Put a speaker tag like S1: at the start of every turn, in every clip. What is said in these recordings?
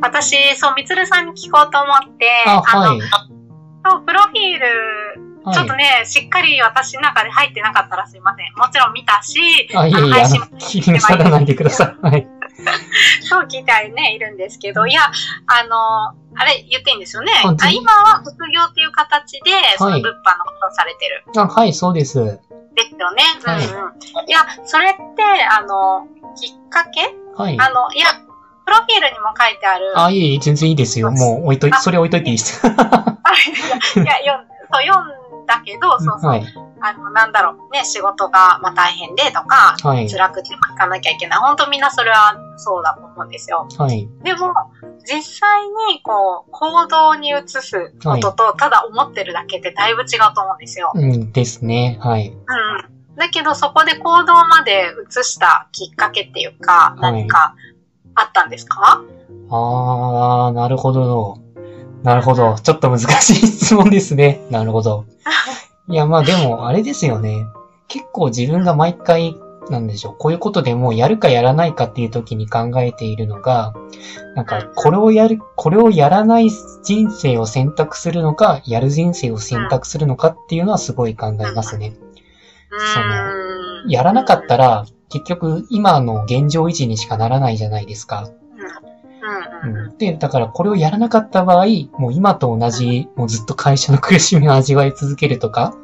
S1: 私、そう、みつるさんに聞こうと思って、
S2: あ、は
S1: の
S2: い。
S1: そう、プロフィール、
S2: はい
S1: ちょっとね、しっかり私の中で入ってなかったらすいません。もちろん見たし、
S2: あ、いえいえ、
S1: 配
S2: あ
S1: 信
S2: の
S1: も、
S2: 気にさらないでください。はい。
S1: そう聞いてね、いるんですけど、いや、あの、あれ言っていいんですよね。
S2: あ
S1: あ
S2: ぜひ
S1: 今は卒業っていう形で、その物販のことをされてる。
S2: あ、はい、そうです。
S1: ですよね。
S2: はい
S1: うんうん。いや、それって、あの、きっかけ
S2: はい。
S1: あの、いや、プロフィールにも書いてある、
S2: あ、いえいえ、全然いいですよ。もう置いといて、それ置いといていいです。
S1: あい や、いや読んそう読んだけど、そうそう、
S2: はい。
S1: あの、なんだろう、ね、仕事が、まあ、大変でとか、
S2: はい。
S1: 辛くても行かなきゃいけない。本当みんなそれはそうだと思うんですよ。
S2: はい。
S1: でも、実際にこう、行動に移すことと、ただ思ってるだけってだいぶ違うと思うんですよ。
S2: うんですね。はい。
S1: うん。だけど、そこで行動まで移したきっかけっていうか、
S2: はい
S1: 何かあったんですか、
S2: あー、なるほど。なるほど。ちょっと難しい質問ですね。なる ほど。いや、まあでも、あれですよね。結構自分が毎回、なんでしょう。こういうことでもうやるかやらないかっていう時に考えているのが、なんか、これをやる、これをやらない人生を選択するのか、やる人生を選択するのかっていうのはすごい考えますね。そ
S1: ーん
S2: やらなかった、ら、結局、今の現状維持にしかならないじゃないですか。
S1: うんうんうん
S2: で、だからこれをやらなかった場合、もう今と同じ、もうずっと会社の苦しみを味わい続けるとか、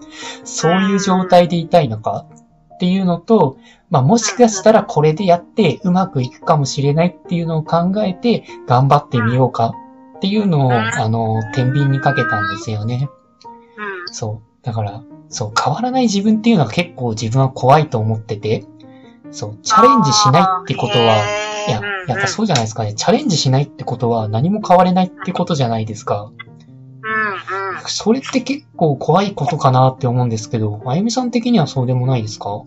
S2: そういう状態でいたいのかっていうのと、まあもしかしたらこれでやってうまくいくかもしれないっていうのを考えて頑張ってみようかっていうのを、あの、天秤にかけたんですよね。
S1: うん
S2: そう。だから、そう、変わらない自分っていうのは結構自分は怖いと思ってて、そう、チャレンジしないってことは、
S1: へー
S2: いや
S1: うんう、ん
S2: やっぱそうじゃないですかね。チャレンジしないってことは何も変われないってことじゃないです
S1: う
S2: か。
S1: んうん
S2: それって結構怖いことかなって思うんですけど、あゆみさん的にはそうでもないですか
S1: うーん、う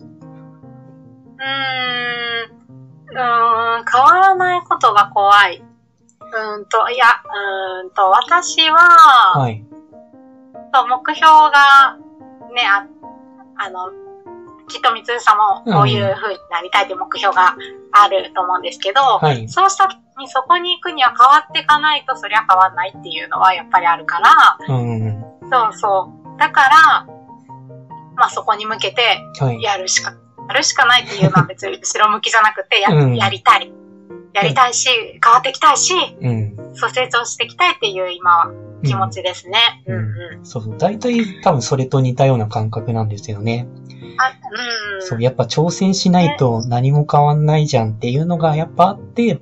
S1: ーん、変わらないことが怖い。うーんと、いや、うーんと、私は、
S2: はい。
S1: そう目標が、ね、あ、あの、きっと三つさんもこういう風になりたいという目標があると思うんですけど、
S2: はい。
S1: そうした時にそこに行くには変わっていかないとそりゃ変わんないっていうのはやっぱりあるから、
S2: うん。
S1: そうそう。だから、まあそこに向けて
S2: はい。
S1: やるしか、やるしかないっていうのは別に後ろ向きじゃなくて、や、
S2: うん
S1: やりたい。やりたいし、変わっていきたいし、
S2: うん。
S1: そう成長していきたいっていう今は気持ちですね。
S2: う
S1: うんん、うん、
S2: そうそう。大体多分それと似たような感覚なんですよね。
S1: あ、うん。
S2: そう、やっぱ挑戦しないと何も変わんないじゃんっていうのがやっぱあって、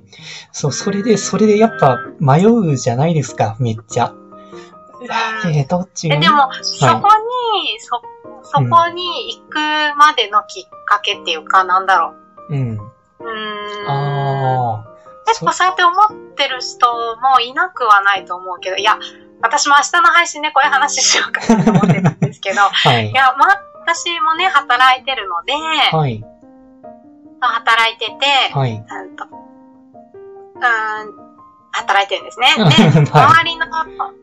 S2: そう、それで、それでやっぱ迷うじゃないですか、めっちゃ。
S1: うん
S2: えー、どっち
S1: え
S2: が
S1: でも、そこに、そ、そこに行くまでのきっかけっていうか、なんだろ
S2: うん。
S1: う。うーん。
S2: ああ。
S1: 結構そうやって思ってる人もいなくはないと思うけど、いや、私も明日の配信でこういう話しようかなと思ってたんですけど、
S2: はい
S1: い。や、まあ、私もね、働いてるので、
S2: はい。
S1: 働いてて、
S2: はい。
S1: うんと、うーん、働いてるんですね。で、
S2: は
S1: 周りの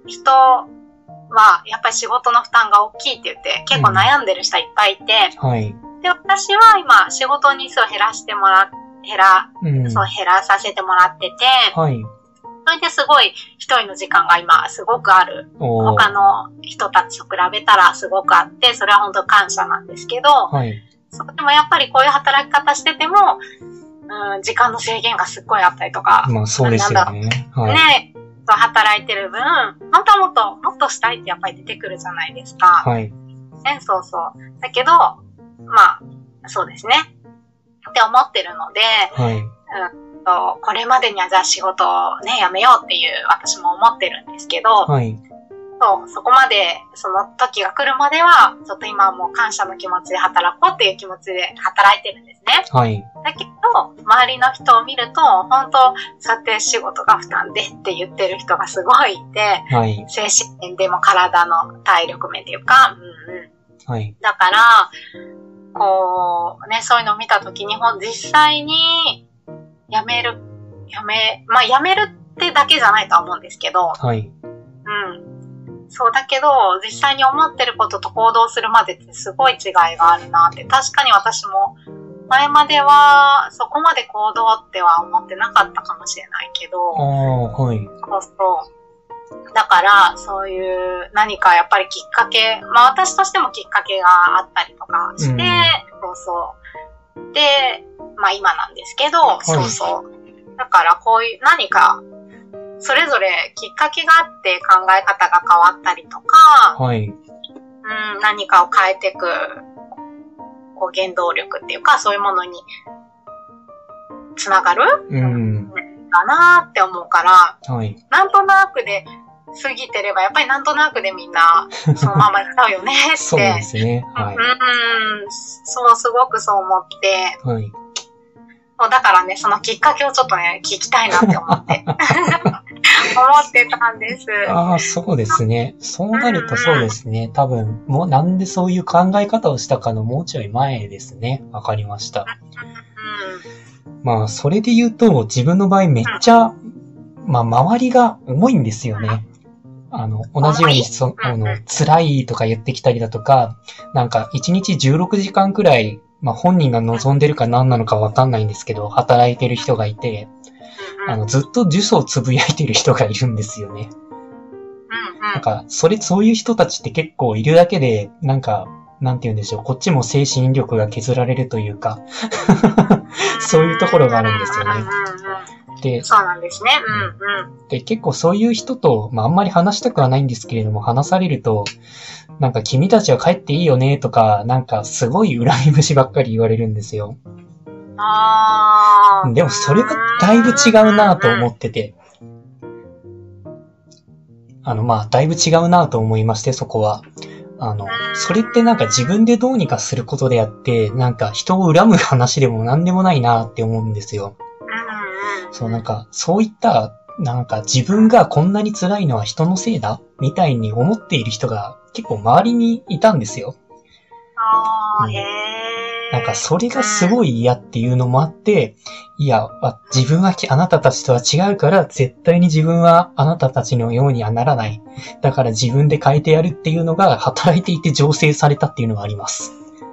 S1: 人は、やっぱり仕事の負担が大きいって言って、結構悩んでる人いっぱいいて、
S2: はい。で
S1: で、私は今、仕事日数を減らしてもら、減ら、
S2: うん。
S1: そう、減らさせてもらってて、
S2: はい。
S1: それですごい、一人の時間が今、すごくある。
S2: お
S1: 他
S2: ー。
S1: の人たちと比べたらすごくあって、それは本当感謝なんですけど、
S2: はい。
S1: そうでもやっぱりこういう働き方してても、うん、時間の制限がすっごいあったりとか、
S2: まあそうですよね。はい。
S1: ね、そう働いてる分、本当はもっと、もっとしたいってやっぱり出てくるじゃないですか。
S2: はい。
S1: ね、そうそう。だけど、まあ、そうですね。って思ってるので、
S2: はい。
S1: そうこれまでにはじゃあ仕事をね、やめようっていう私も思ってるんですけど、
S2: はい。
S1: そう、そこまで、その時が来るまでは、ちょっと今はもう感謝の気持ちで働こうっていう気持ちで働いてるんですね。
S2: はい。
S1: だけど、周りの人を見ると、本当そうやって仕事が負担でって言ってる人がすごいいて、
S2: はい。
S1: 精神面でも体の体力面っていうか、うんうん。
S2: はい。
S1: だから、こう、ね、そういうのを見た時に、ほん実際に、辞める、辞め、まあ辞めるってだけじゃないとは思うんですけど、
S2: はい。
S1: うん。そうだけど、実際に思ってることと行動するまでってすごい違いがあるなって。確かに私も前までは、そこまで行動っては思ってなかったかもしれないけ
S2: あ
S1: ど、
S2: あ、はい。
S1: そうそう。だから、そういう何かやっぱりきっかけ、まあ私としてもきっかけがあったりとかして、
S2: うん
S1: そうそう。で、まあ今なんですけど、そうそう。だからこういう何か、それぞれきっかけがあって考え方が変わったりとか、
S2: はい。
S1: うん、何かを変えていく、こう、原動力っていうか、そういうものに、つながる
S2: うん。
S1: かなって思うから、
S2: はい。
S1: なんとなくで過ぎてれば、やっぱりなんとなくでみん な、そのまま行っちゃうよねって。
S2: そうですね。
S1: うん
S2: はい。
S1: うん、そう、すごくそう思って、
S2: はい。
S1: そうだからね、そのきっかけをちょっとね、聞きたいなって思 って、思ってたんです。
S2: ああ、そうですね。そうなるとそうですね。多分、もうなんでそういう考え方をしたかのもうちょい前ですね。わかりました。
S1: う
S2: まあ、それで言うと、自分の場合めっちゃ、まあ、周りが重いんですよね。あの、同じよ
S1: 重
S2: うに、
S1: い
S2: そあ
S1: うんう
S2: の
S1: ん、
S2: 辛いとか言ってきたりだとか、なんか、1日16時間くらい、まあ、本人が望んでるか何なのかわかんないんですけど、働いてる人がいて、
S1: ん、うん、うん、
S2: あ
S1: うん、
S2: の、ずっと呪詛をつぶやいてる人がいるんですよね。なんか、それ、そういう人たちって結構いるだけで、なんか、なんて言うんでしょう、こっちも精神力が削られるというか、そういうところがあるんですよね
S1: うんうんうんうん
S2: で、
S1: そうなんですね。うんうん。
S2: で、結構そういう人と、まあ、あんまり話したくはないんですけれども、話されると、なんか君たちは帰っていいよねとか、なんかすごい恨み節ばっかり言われるんですよ。
S1: あー
S2: でもそれがだいぶ違うなと思ってて。あの、まあ、だいぶ違うなと思いまして、そこは。あの、それってなんか自分でどうにかすることであって、なんか人を恨む話でも何でもないなって思うんですよ。
S1: うんうん
S2: そう、なんか、そういった、なんか自分がこんなに辛いのは人のせいだみたいに思っている人が結構周りにいたんですよ。
S1: あ
S2: う
S1: ー
S2: ん
S1: へー
S2: なんかそれがすごい嫌っていうのもあって、いや、わ自分はきあなたたちとは違うから絶対に自分はあなたたちのようにはならない。だから自分で変えてやるっていうのが働いていて醸成されたっていうのはあります。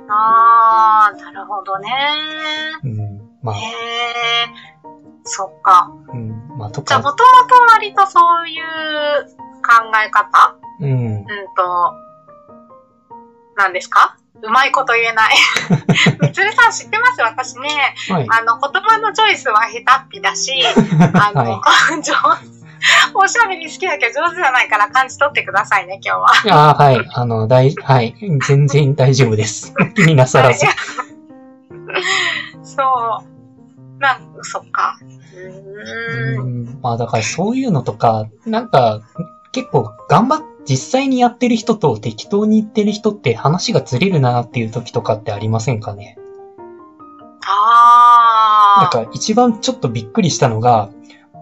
S1: あー、なるほどね。
S2: うん。まあ
S1: へ、ー。そっか。
S2: うん。まあ、と
S1: じゃあ、も
S2: か、
S1: ともと割とそういう考え方
S2: うん。
S1: うんと、何ですかうまいこと言え ない。みつるさん知ってます私ね。
S2: はい。
S1: あの、言葉のチョイスは下手っぴだ し、あの、
S2: は
S1: 上手。おしゃべり好きだけど上手じゃないから感じ取ってくださいね、今日は。
S2: いやーはい。あの、大、はい。全然大丈夫です。 気になさらず。
S1: そう。なんそっか。う
S2: う
S1: ーん。
S2: んまあだからそういうのとか、なんか結構頑張っ、実際にやってる人と適当に言ってる人って話がずれるなっていう時とかってありませんかねなん
S1: ああ。
S2: か一番ちょっとびっくりしたのが、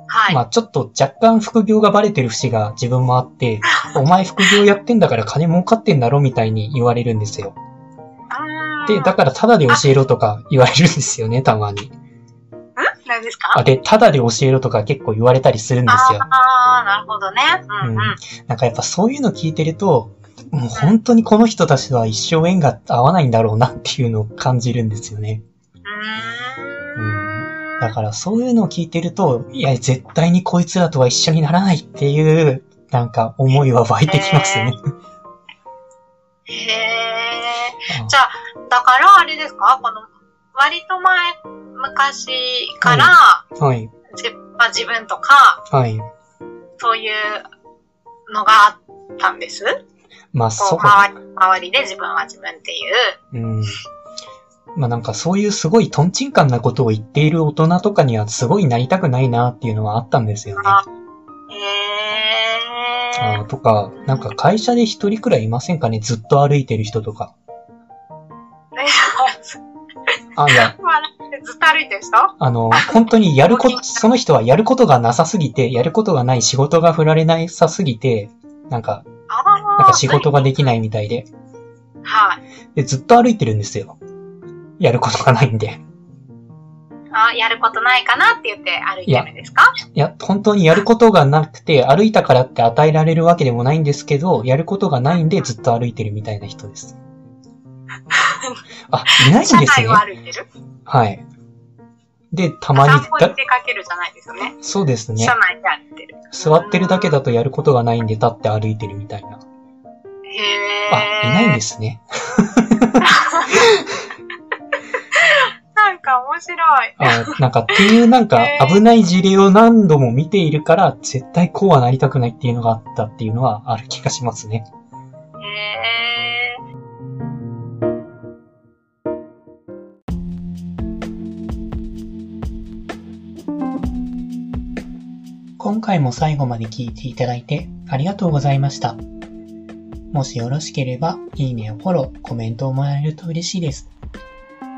S1: はい。
S2: まあちょっと若干副業がバレてる節が自分もあ って、お前副業やってんだから金儲かってんだろみたいに言われるんですよ。
S1: うーん
S2: で、だからタダで教えろとか言われるんですよね、たまに。
S1: ん何ですか
S2: あ、で、タダで教えろとか結構言われたりするんですよ。
S1: ああ、なるほどね。うんうん。
S2: うんなんかやっぱそういうの聞いてると、もう本当にこの人たちとは一生縁が合わないんだろうなっていうのを感じるんですよね。
S1: うー
S2: だ
S1: ん。
S2: からそういうのを聞いてると、いや、絶対にこいつらとは一緒にならないっていう、なんか思いは湧いてきますね。
S1: へえ。じゃあ、だからあれですかこの、割と前、昔から、
S2: あはい、
S1: じまあ、自分とか、
S2: はい。
S1: そういうのがあったんです。
S2: まあそ
S1: こう周り周りで自分は自分っていう。
S2: う、うん。まあなんかそういうすごいトンチンカンなことを言っている大人とかにはすごいなりたくないなっていうのはあったんですよね。
S1: あ
S2: あ
S1: へ
S2: ー
S1: ー
S2: とか、なんか会社で一人くらいいませんかねずっと歩いてる人とか。あ、いや、
S1: 笑ってずっと歩いてる人あ
S2: あの、本当にやるこ
S1: 本当、に
S2: その人はやることがなさすぎて、やることがない仕事が振られなさすぎて、なんか、
S1: あ。
S2: なんか仕事ができないみたいで。
S1: はい。
S2: で、ずっと歩いてるんですよ。やることがないんで。
S1: あやることないかなって言って歩いてるんですか
S2: いや、本当にやることがなくて、歩いたからって与えられるわけでもないんですけど、やることがないんでずっと歩いてるみたいな人です。あ、いないん
S1: 社
S2: です
S1: 会
S2: ね
S1: を。歩いてる
S2: はい。で、たまに
S1: 散歩に
S2: だ、
S1: 出かけるじゃないですよね。
S2: そうですね
S1: 車。内でやってる。
S2: 座ってるだけだとやることがないんで立って歩いてるみたいな。
S1: へ
S2: あ、
S1: ー
S2: いないんですね。
S1: なんか面白い。
S2: あなんかっていうなんか
S1: へー
S2: 危ない事例を何度も見ているから、絶対こうはなりたくないっていうのがあったっていうのはある気がしますね。
S1: へー
S2: 今回も最後まで聞いていただいてありがとうございました。もしよろしければ、いいねやフォロー、コメントをもらえると嬉しいです。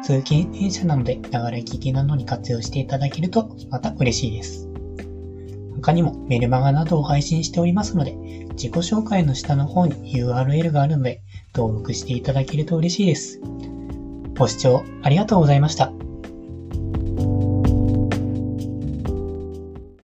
S2: 通勤電車なので、流れ聞きなどに活用していただけると、また嬉しいです。他にもメルマガなどを配信しておりますので、自己紹介の下の方に URL があるので、登録していただけると嬉しいです。ご視聴ありがとうございました。